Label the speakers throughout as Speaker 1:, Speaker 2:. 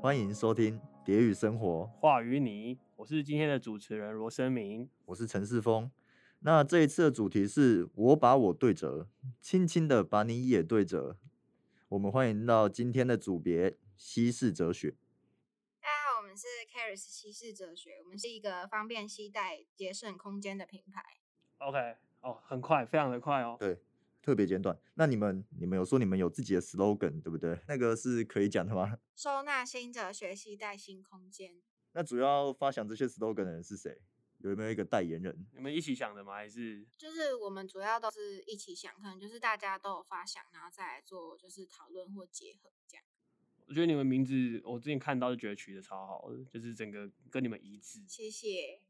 Speaker 1: 欢迎收听《蝶语生活》，
Speaker 2: 话与你，我是今天的主持人罗生明。
Speaker 1: 我是陈世峰。那这一次的主题是我把我对折，轻轻的把你也对折。我们欢迎到今天的组别西式哲学。
Speaker 3: 大家好，我们是 Caris 西式哲学，我们是一个方便携带、节省空间的品牌。
Speaker 2: OK，哦，很快，非常的快哦。
Speaker 1: 对，特别简短。那你们，你们有说你们有自己的 slogan 对不对？那个是可以讲的吗？
Speaker 3: 收纳新哲学，携带新空间。
Speaker 1: 那主要发想这些 slogan 的人是谁？有没有一个代言人？
Speaker 2: 你们一起想的吗？还是
Speaker 3: 就是我们主要都是一起想，可能就是大家都有发想，然后再来做就是讨论或结合这样。
Speaker 2: 我觉得你们名字，我之前看到就觉得取的超好的，就是整个跟你们一致。
Speaker 3: 谢谢。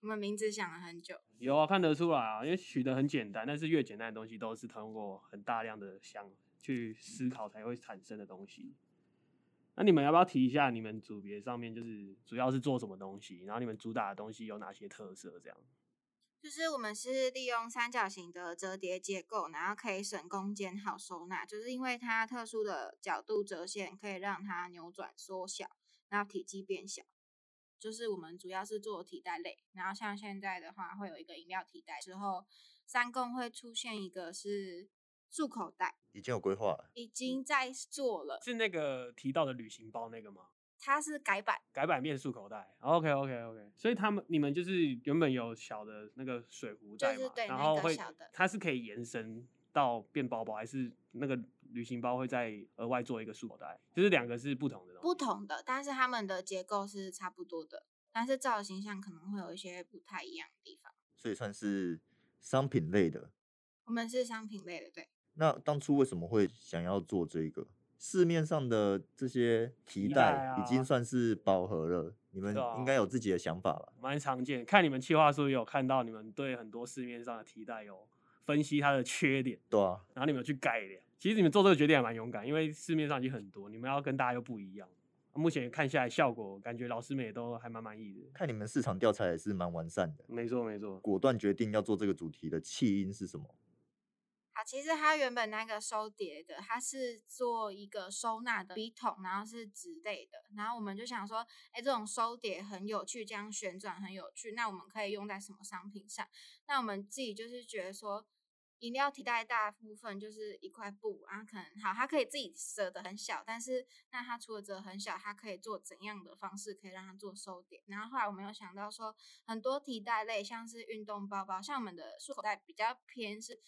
Speaker 3: 我们名字想了很久，
Speaker 2: 有啊，看得出来啊，因为取的很简单，但是越简单的东西都是通过很大量的想去思考才会产生的东西。那你们要不要提一下你们组别上面就是主要是做什么东西，然后你们主打的东西有哪些特色？这样
Speaker 3: 就是我们是利用三角形的折叠结构，然后可以省空间、好收纳，就是因为它特殊的角度折线可以让它扭转缩小，然后体积变小。就是我们主要是做替代类，然后像现在的话会有一个饮料替代，之后三共会出现一个是漱口袋，
Speaker 1: 已经有规划了。
Speaker 3: 已经在做了，
Speaker 2: 是那个提到的旅行包那个吗？
Speaker 3: 它是改版，
Speaker 2: 改版变漱口袋。OK OK OK，所以他们你们就是原本有小的那个水壶袋嘛，
Speaker 3: 就是对
Speaker 2: 然
Speaker 3: 那
Speaker 2: 后
Speaker 3: 个
Speaker 2: 会
Speaker 3: 小的
Speaker 2: 它是可以延伸到变包包，还是那个旅行包会再额外做一个漱口袋？就是两个是不同的东西。
Speaker 3: 不同的，但是它们的结构是差不多的，但是造型上可能会有一些不太一样的地方。
Speaker 1: 所以算是商品类的。
Speaker 3: 我们是商品类的，对，
Speaker 1: 那当初为什么会想要做这个？市面上的这些提
Speaker 2: 提
Speaker 1: 袋
Speaker 2: 袋
Speaker 1: 已经
Speaker 2: 啊
Speaker 1: 算是饱和了，你们
Speaker 2: 对
Speaker 1: 应该
Speaker 2: 啊
Speaker 1: 有自己的想法吧？
Speaker 2: 蛮常见。看你们企划书也有看到，你们对很多市面上的替代有分析它的缺点，
Speaker 1: 对啊，
Speaker 2: 然后你们有去改良。其实你们做这个决定还蛮勇敢，因为市面上已经很多，你们要跟大家又不一样。目前看下来效果，感觉老师们也都还蛮满意的。
Speaker 1: 看你们市场调查也是蛮完善的。
Speaker 2: 没错，没错。
Speaker 1: 果断决定要做这个主题的弃因是什么？
Speaker 3: 好，啊其实它原本那个收叠的，它是做一个收纳的笔筒，然后是纸类的。然后我们就想说，哎，这种收叠很有趣，这样旋转很有趣，那我们可以用在什么商品上？那我们自己就是觉得说，饮料替代大部分就是一块布，啊，可能好，它可以自己折的很小，但是那它除了折很小，它可以做怎样的方式可以让它做收点？然后后来我们有想到说，很多替代类像是运动包包，像我们的束口袋比较偏是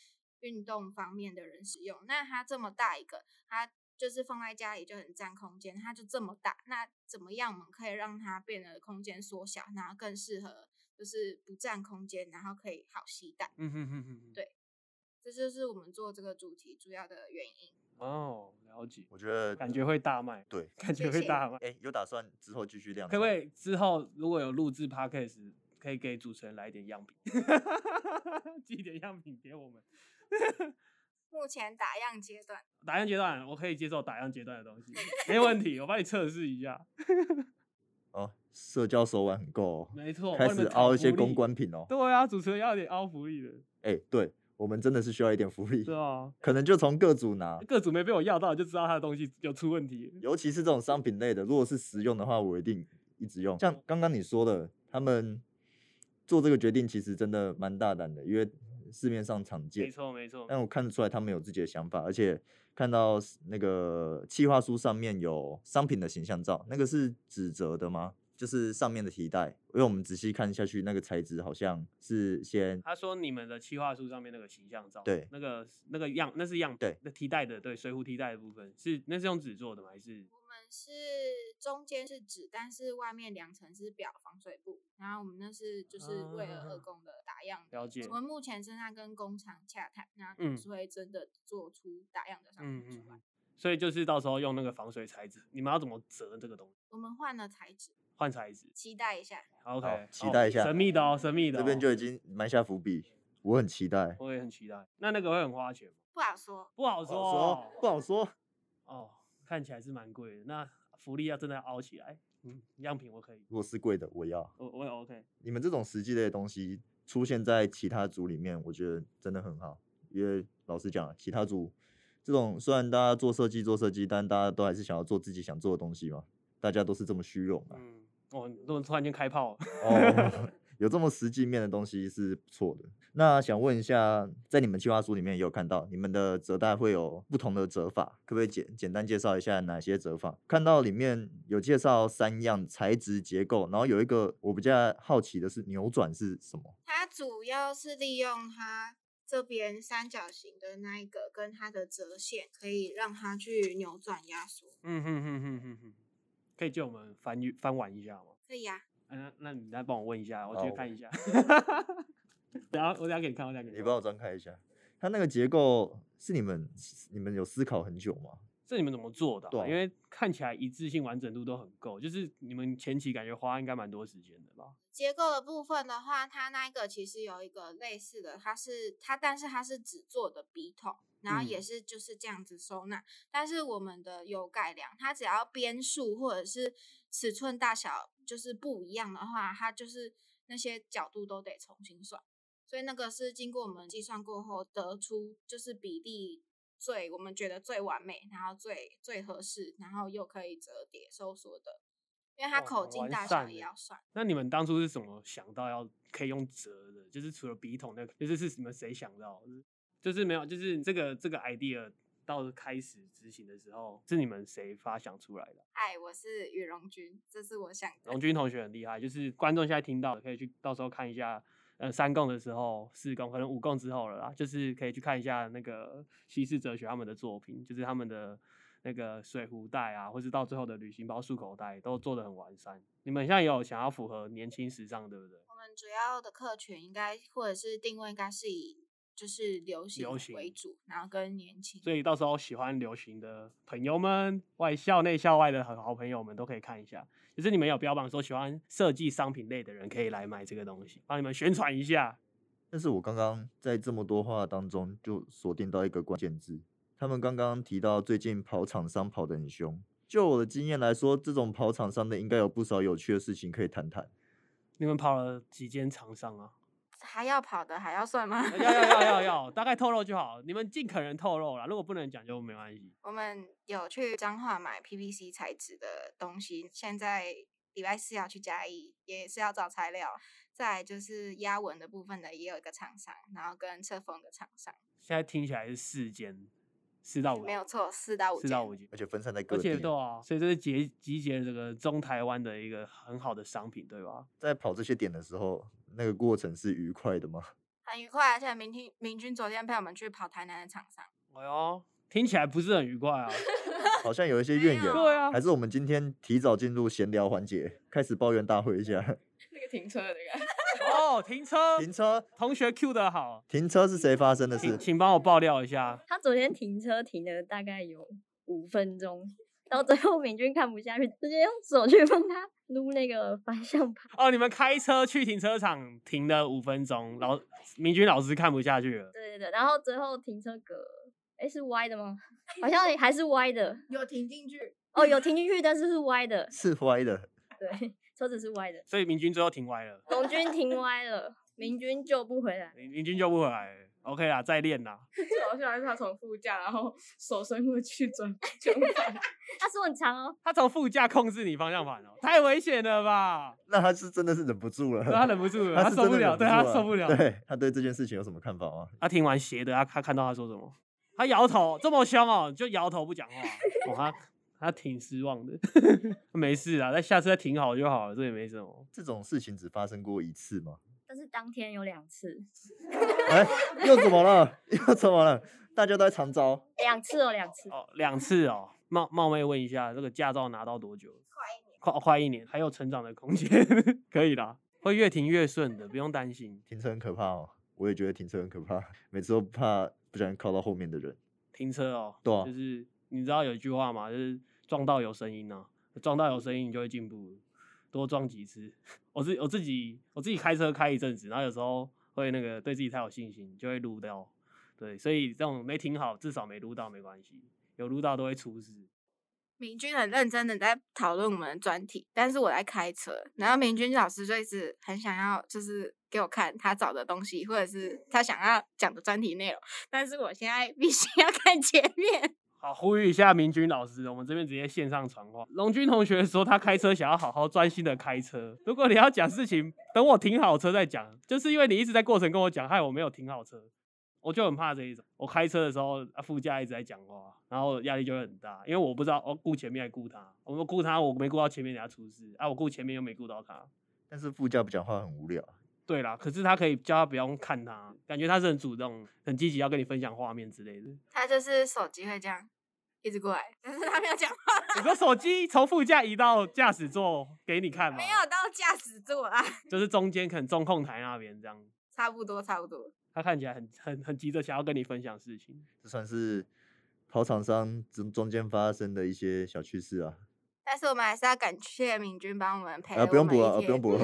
Speaker 3: 运动方面的人使用，那它这么大一个，它。就是放在家里就很占空间，它就这么大，那怎么样我们可以让它变得空间缩小，然后更适合就是不占空间，然后可以好携带。
Speaker 2: 嗯哼哼哼哼。
Speaker 3: 对这就是我们做这个主题主要的原因。
Speaker 2: 哦，了解，
Speaker 1: 我觉得
Speaker 2: 感觉会大卖，
Speaker 1: 对。
Speaker 2: 感觉
Speaker 3: 谢
Speaker 2: 会
Speaker 3: 谢
Speaker 2: 大卖。
Speaker 1: 哎、有打算之后继续量
Speaker 2: 可不
Speaker 1: 产
Speaker 2: 可以之后如果有录制 podcast，可以给主持人来一点样品， 寄一点样品给我们？
Speaker 3: 目前打样阶段，
Speaker 2: 打样阶段我可以接受打样阶段的东西，没问题，我帮你测试一下。
Speaker 1: 哦？社交手腕很够、哦，
Speaker 2: 没错，
Speaker 1: 开
Speaker 2: 帮你
Speaker 1: 始
Speaker 2: 们讨
Speaker 1: 凹一些
Speaker 2: 福利
Speaker 1: 公关。品哦。
Speaker 2: 对啊，主持人要有点凹福利的，
Speaker 1: 哎、对我们真的是需要一点福利，
Speaker 2: 对啊，
Speaker 1: 可能就从各组拿，
Speaker 2: 各组没被我要到，就知道他的东西有出问题了。
Speaker 1: 尤其是这种商品类的，如果是实用的话，我一定一直用。像刚刚你说的，他们做这个决定其实真的蛮大胆的，因为市面上常
Speaker 2: 没
Speaker 1: 见。
Speaker 2: 错，没错，
Speaker 1: 但我看得出来他们有自己的想法，而且看到是那个企划书上面有商品的形象照，那个是纸折的吗？就是上面的提袋，因为我们仔细看下去，那个材质好像是先
Speaker 2: 他说你们的企划书上面那个形象照，
Speaker 1: 对
Speaker 2: 那个那个样，那是样，
Speaker 1: 对，
Speaker 2: 那替代的，对，水壶替代的部分是那是用纸做的吗？还是
Speaker 3: 我们是中间是纸，但是外面两层是表防水布，然后我们那是就是为了
Speaker 2: 啊
Speaker 3: 二工的打样的。
Speaker 2: 了解
Speaker 3: 我？们目前正在跟工厂洽谈，那
Speaker 2: 嗯
Speaker 3: 是会真的做出打样的商
Speaker 2: 嗯
Speaker 3: 品
Speaker 2: 嗯
Speaker 3: 出来。
Speaker 2: 嗯，所以就是到时候用那个防水材质，你们要怎么折这个东西？
Speaker 3: 我们换了材质，
Speaker 2: 换材质
Speaker 3: 期待一下。
Speaker 2: ，OK，
Speaker 1: 好期
Speaker 2: 哦
Speaker 1: 待一下
Speaker 2: 神秘的哦，神秘的、哦，
Speaker 1: 这边就已经埋下伏笔，我很期待。
Speaker 2: 我也很期待。那那个会很花钱吗？
Speaker 3: 不好说，
Speaker 2: 不好
Speaker 1: 不
Speaker 2: 说
Speaker 1: 好说
Speaker 2: 哦，
Speaker 1: 不好说。
Speaker 2: 哦，看起来是蛮贵的。那福利要真的要凹起来，嗯，样品我可以，
Speaker 1: 如果是贵的，我要。
Speaker 2: 我我也 OK。
Speaker 1: 你们这种实际类的东西出现在其他组里面，我觉得真的很好。因为老实讲，啊其他组这种虽然大家做设计做设计，但大家都还是想要做自己想做的东西嘛。大家都是这么虚 荣啊。
Speaker 2: 嗯，哦，怎么突然间开炮？
Speaker 1: 哦，有这么实际面的东西是不错的。那想问一下，在你们计划书里面也有看到，你们的折带会有不同的折法，可不可以简简单介绍一下哪些折法？看到里面有介绍三样材质结构，然后有一个我比较好奇的是扭转是什么？
Speaker 3: 它主要是利用它这边三角形的那一个跟它的折线，可以让它去扭转压缩。
Speaker 2: 嗯哼哼哼哼哼，可以借我们翻阅翻玩一下吗？
Speaker 3: 可以啊呀、
Speaker 2: 嗯、那你再帮我问一下，我
Speaker 1: 好
Speaker 2: 去
Speaker 1: 我
Speaker 2: 看一下。 等下我等下给你看，我等下给
Speaker 1: 你
Speaker 2: 你
Speaker 1: 帮
Speaker 2: 看。
Speaker 1: 我张开一下，它那个结构是你们你们有思考很久吗？
Speaker 2: 这你们怎么做的啊、
Speaker 1: 对啊
Speaker 2: 因为看起来一致性、完整度都很够，就是你们前期感觉花应该蛮多时间的吧？
Speaker 3: 结构的部分的话，它那一个其实有一个类似的，它是它，但是它是只做的笔筒，然后也
Speaker 2: 嗯
Speaker 3: 是就是这样子收纳。但是我们的有改良，它只要边数或者是尺寸大小就是不一样的话，它就是那些角度都得重新算。所以那个是经过我们计算过后得出，就是比例最我们觉得最完美，然后最最合适，然后又可以折叠收缩的，因为它
Speaker 2: 哇
Speaker 3: 口
Speaker 2: 很
Speaker 3: 径
Speaker 2: 完
Speaker 3: 大小
Speaker 2: 善
Speaker 3: 也
Speaker 2: 欸
Speaker 3: 要算。
Speaker 2: 那你们当初是怎么想到要可以用折的？就是除了笔筒那个，就是是你们谁想到的？就是没有，就是这个这个 idea 到开始执行的时候，是你们谁发想出来的啊？
Speaker 3: 嗨，我是羽绒君，这是我想的。
Speaker 2: 荣军同学很厉害，就是观众现在听到的，可以去到时候看一下。呃，三共的时候，四共可能五共之后了啦，就是可以去看一下那个西式哲学他们的作品，就是他们的那个水壶袋啊，或是到最后的旅行包、束口袋，都做的很完善。你们现在也有想要符合年轻时尚，对不对？
Speaker 3: 我们主要的客群应该或者是定位应该是以就是流行
Speaker 2: 流行
Speaker 3: 为主，然后跟年轻。
Speaker 2: 所以到时候喜欢流行的朋友们，外校内校外的好好朋友们都可以看一下。就是你们有标榜说喜欢设计商品类的人可以来买这个东西，帮你们宣传一下。
Speaker 1: 但是我刚刚在这么多话当中就锁定到一个关键字，他们刚刚提到最近跑厂商跑得很凶。就我的经验来说，这种跑厂商的应该有不少有趣的事情可以谈谈。
Speaker 2: 你们跑了几间厂商啊？
Speaker 3: 还要跑的还要算吗？
Speaker 2: 要要要要要，大概透露就好，你们尽可能透露啦。如果不能讲就没关系。
Speaker 3: 我们有去彰化买 PVC 材质的东西，现在礼拜四要去嘉义，也是要找材料。再来就是压纹的部分的，也有一个厂商，然后跟侧缝的厂商，
Speaker 2: 现在听起来是四间，四到五，
Speaker 3: 没有，错，四到五
Speaker 2: 四
Speaker 3: 间。
Speaker 2: 到五间
Speaker 1: 而。且分散在各
Speaker 2: 而且
Speaker 1: 地，
Speaker 2: 对啊，所以这是集集结了这个中台湾的一个很好的商品，对吧？
Speaker 1: 在跑这些点的时候，那个过程是愉快的吗？
Speaker 3: 很愉快，而且明天明君昨天陪我们去跑台南的厂商，
Speaker 2: 哎呦，听起来不是很愉 快啊。
Speaker 1: 好像有一些
Speaker 3: 没
Speaker 1: 怨
Speaker 3: 有
Speaker 1: 言，
Speaker 2: 对啊，
Speaker 1: 还是我们今天提早进入闲聊环节，开始抱怨大会一下。
Speaker 3: 那个停车的那个。
Speaker 2: 哦，停车，
Speaker 1: 停车，
Speaker 2: 同学 Q 的好，
Speaker 1: 停车是谁发生的
Speaker 2: 请
Speaker 1: 事？
Speaker 2: 请帮我爆料一下。
Speaker 4: 他昨天停车停了大概有五分钟，到最后明君看不下去，直接用手去帮他撸那个方向盘。
Speaker 2: 哦，你们开车去停车场停了五分钟，老明君老师看不下去了。
Speaker 4: 对对对，然后最后停车格，哎、是歪的吗？好像也还是歪的。
Speaker 3: 有停进去，
Speaker 4: 哦，有停进去，但是是歪的。
Speaker 1: 是歪的，
Speaker 4: 对，车子是歪的。
Speaker 2: 所以明君最后停歪了，
Speaker 4: 龙君停歪了，明君救不回来。
Speaker 2: 明明君救不回来了。OK 啦，再练啦。
Speaker 5: 最好笑还是他从副驾，然后手伸过去转转盘，
Speaker 4: 他手很长哦，
Speaker 2: 他从副驾控制你方向盘哦，太危险 了吧？
Speaker 1: 那他是真的是忍不住了，
Speaker 2: 对他忍不住了，
Speaker 1: 他
Speaker 2: 他
Speaker 1: 是
Speaker 2: 受
Speaker 1: 真
Speaker 2: 不
Speaker 1: 的忍
Speaker 2: 了，对他受不了。
Speaker 1: 对他对这件事情有什么看法吗？
Speaker 2: 他听完斜的，他他看到他说什么，他摇头，这么凶哦，就摇头不讲话。哦，他他挺失望的。 没事啦，那下次再停好就好了，这也没什么。
Speaker 1: 这种事情只发生过一次吗？
Speaker 4: 但是当天有两次，
Speaker 1: 哎，又怎么了？ 又怎么了？大家都在藏招，
Speaker 4: 两次哦，两 次。
Speaker 2: 哦，两次哦，冒冒昧问一下，这个驾照拿到多久？快一年，快快一年，还有成长的空间， 可以啦，会越停越顺的，不用担心。
Speaker 1: 停车很可怕哦。我也觉得停车很可怕，每次都怕不小心靠到后面的人。
Speaker 2: 停车哦，
Speaker 1: 对啊
Speaker 2: 就是你知道有一句话嘛，就是撞到有声音啊，撞到有声音你就会进步，多撞几次。 我自我自己我自己开车开一阵子，然后有时候会那个对自己太有信心，就会撸掉。对，所以这种没停好，至少没撸到没关系，有撸到都会出事。
Speaker 3: 明君很认真的在讨论我们的专题，但是我在开车，然后明君老师就一直很想要就是给我看他找的东西，或者是他想要讲的专题内容，但是我现在必须要看前面，
Speaker 2: 好，呼吁一下明君老师，我们这边直接线上传话。龙君同学说他开车想要好好专心的开车，如果你要讲事情，等我停好车再讲，就是因为你一直在过程跟我讲，害我没有停好车，我就很怕这一种。我开车的时候，啊副驾一直在讲话，然后压力就会很大，因为我不知道我顾前面还顾他，我们顾他我没顾到前面，等下出事啊，我顾前面又没顾到他。
Speaker 1: 但是副驾不讲话很无聊。
Speaker 2: 对啦，可是他可以叫他不用看他，感觉他是很主动、很积极，要跟你分享画面之类的。
Speaker 3: 他就是手机会这样一直过来，但是他没 有讲
Speaker 1: 哦
Speaker 3: 话，
Speaker 2: 你说手机从副驾移到驾驶座给你看吗？
Speaker 3: 没有，到驾驶座啊，
Speaker 2: 就是中间可能中控台那边这样。
Speaker 3: 差不多差不多。
Speaker 2: 他看起来很很很急着想要跟你分享事情。
Speaker 1: 这算是跑场上中中间发生的一些小趣事啊。
Speaker 3: 但是我们还是要感谢明君帮哎我们陪
Speaker 1: 啊，不用补了，啊不用
Speaker 3: 了
Speaker 1: 补了。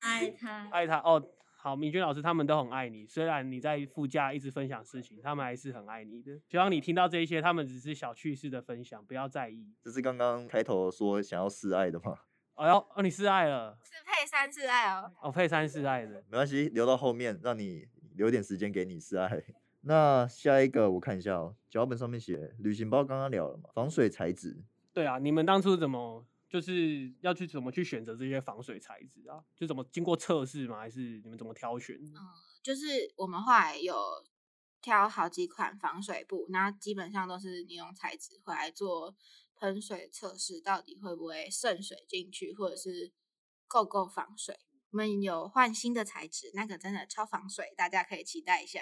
Speaker 4: 爱他，
Speaker 2: 爱他哦，好，明君老师他们都很爱你，虽然你在副驾一直分享事情，他们还是很爱你的。希望你听到这一些，他们只是小趣事的分享，不要在意。
Speaker 1: 这是刚刚开头说想要示爱的嘛，
Speaker 2: 哎呦，哦，你是爱了，
Speaker 3: 是配三次爱哦。
Speaker 2: 哦，佩珊是爱的。
Speaker 1: 没关系，留到后面，让你留点时间给你示爱。 那下一个我看一下哦，脚本上面写旅行包刚刚聊了嘛，防水材质，
Speaker 2: 对啊，你们当初怎么就是要去怎么去选择这些防水材质啊？就怎么经过测试吗？还是你们怎么挑选？
Speaker 3: 就是我们后来有挑好几款防水布，那基本上都是尼龙材质回来做喷水测试，到底会不会渗水进去，或者是够不够防水。我们有换新的材质，那个真的超防水，大家可以期待一下。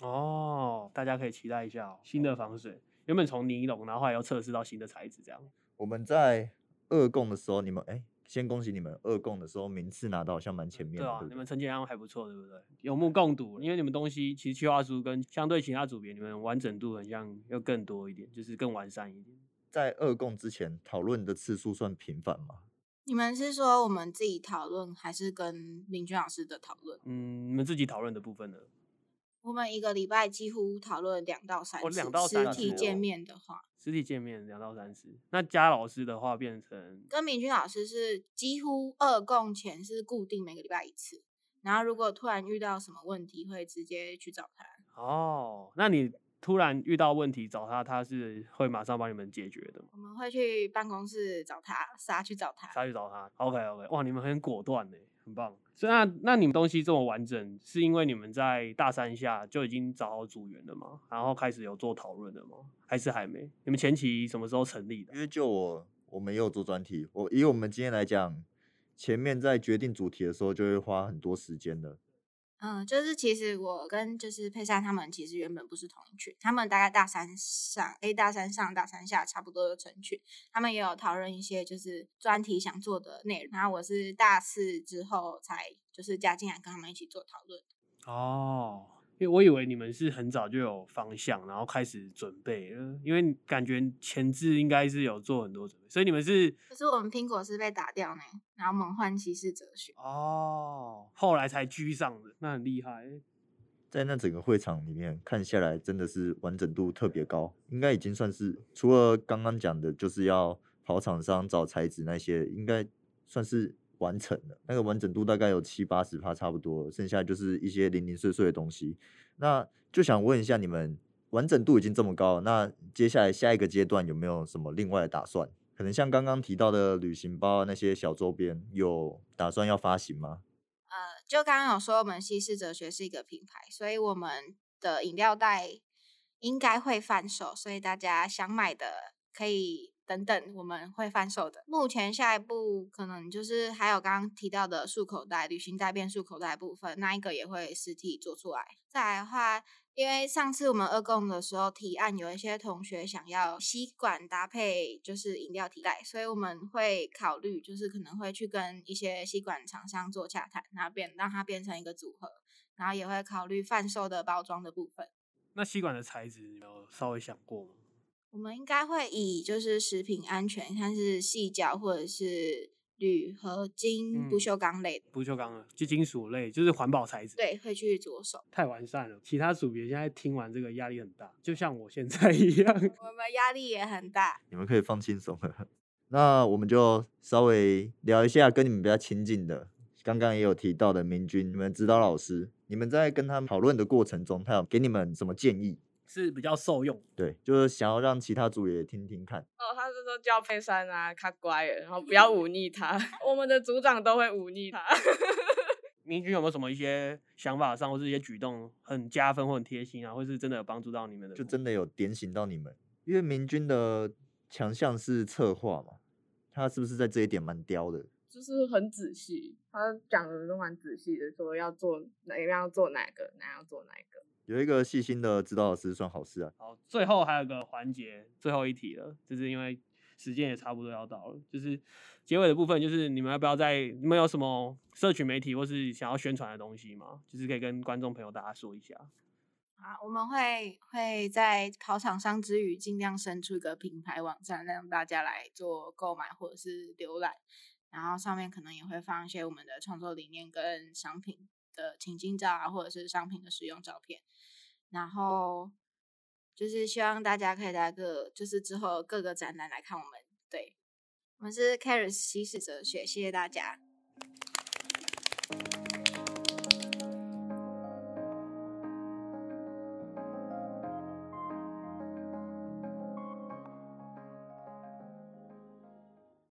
Speaker 2: 哦，大家可以期待一下、哦、新的防水。原本从尼龙，然后后来又测试到新的材质，这样。
Speaker 1: 我们在二供的时候，你们哎、先恭喜你们二供的时候名次拿到好像蛮前面
Speaker 2: 对
Speaker 1: 的，
Speaker 2: 啊
Speaker 1: 对，不
Speaker 2: 你
Speaker 1: 对
Speaker 2: 们成绩好像还不错，对不对？有目共睹，因为你们东西其实企划书跟相对其他组别，你们完整度很像要更多一点，就是更完善一点。
Speaker 1: 在二供之前讨论的次数算频繁吗？
Speaker 3: 你们是说我们自己讨论，还是跟林君老师的讨论？
Speaker 2: 嗯，你们自己讨论的部分呢？
Speaker 3: 我们一个礼拜几乎讨论两到三次，
Speaker 2: 哦两到三
Speaker 3: 实体
Speaker 1: 次
Speaker 3: 见
Speaker 1: 哦
Speaker 3: 面的话，
Speaker 2: 实体见面两到三次，那加老师的话变成
Speaker 3: 跟明君老师是几乎二供前是固定每个礼拜一次，然后如果突然遇到什么问题，会直接去找他。
Speaker 2: 哦，那你突然遇到问题找他，他是会马上帮你们解决的吗？
Speaker 3: 我们会去办公室找他，杀去找他。
Speaker 2: 他去找他，OK OK，哇，你们很果断呢，很棒。所以那那你们东西这么完整，是因为你们在大三下就已经找好组员了吗？然后开始有做讨论了吗？还是还没？你们前期什么时候成立的
Speaker 1: 因？为就我我们也有做专题，我以我们今天来讲，前面在决定主题的时候就会花很多时间的。
Speaker 3: 嗯，就是其实我跟就是佩珊他们其实原本不是同一群，他们大概大三上，A 大三上、大三下差不多的成群，他们也有讨论一些就是专题想做的内容。然后我是大四之后才就是加进来跟他们一起做讨论。
Speaker 2: 哦，因为我以为你们是很早就有方向，然后开始准备了，因为感觉前置应该是有做很多准备，所以你们是
Speaker 3: 可是我们苹果是被打掉呢，然后梦幻骑士哲学。
Speaker 2: 哦，后来才居上的，那很厉害欸。
Speaker 1: 在那整个会场里面看下来，真的是完整度特别高，应该已经算是除了刚刚讲的，就是要跑厂商找材质那些，应该算是完成了。那个完整度大概有七八十趴差不多了，剩下就是一些零零碎碎的东西。那就想问一下你们，完整度已经这么高了，那接下来下一个阶段有没有什么另外的打算？可能像刚刚提到的旅行包啊那些小周边，有打算要发行吗？
Speaker 3: 呃，就刚刚有说我们西式哲学是一个品牌，所以我们的饮料袋应该会贩售，所以大家想买的可以等等，我们会贩售的。目前下一步可能就是还有刚刚提到的束口袋、旅行袋变束口袋的部分，那一个也会实体做出来。再来的话，因为上次我们二供的时候提案，有一些同学想要吸管搭配就是饮料替代，所以我们会考虑，就是可能会去跟一些吸管厂商做洽谈，然后变让它变成一个组合，然后也会考虑贩售的包装的部分。
Speaker 2: 那吸管的材质，你有稍微想过吗？
Speaker 3: 我们应该会以就是食品安全，像是细胶或者是铝合金、不
Speaker 2: 嗯
Speaker 3: 锈钢类的，
Speaker 2: 不锈钢的，就金属类，就是环保材质。，
Speaker 3: 对，会去着手。
Speaker 2: 太完善了。其他组别现在听完这个压力很大，就像我现在一样。
Speaker 3: 我们压力也很大，
Speaker 1: 你们可以放轻松了。那我们就稍微聊一下跟你们比较亲近的，刚刚也有提到的明君，你们指导老师，你们在跟他们讨论的过程中，他有给你们什么建议？
Speaker 2: 是比较受用。
Speaker 1: 对，就是想要让其他组也听听看。
Speaker 5: 哦，他是说叫佩珊啊，他乖了，然后不要忤逆他。 我们的组长都会忤逆他。
Speaker 2: 明君有没有什么一些想法上或是一些举动很加分或很贴心啊，或是真的有帮助到你们的？
Speaker 1: 就真的有点醒到你们，因为明君的强项是策划嘛，他是不是在这一点蛮刁的？
Speaker 5: 就是很仔细，他讲的都蛮仔细的，说要做哪样要做哪个，哪样要做哪个。
Speaker 1: 有一个细心的指导老师算好事啊。
Speaker 2: 好，最后还有个环节，最后一题了，就是因为时间也差不多要到了，就是结尾的部分，就是你们要不要在你们有什么社群媒体或是想要宣传的东西吗？就是可以跟观众朋友大家说一下。
Speaker 3: 啊，我们会会在跑场上之余，尽量生出一个品牌网站，让大家来做购买或者是浏览。然后上面可能也会放一些我们的创作理念跟商品的情境照啊，或者是商品的使用照片。然后就是希望大家可以来各，就是之后各个展览来看我们。对，我们是 Caris 西式哲学，谢谢大家。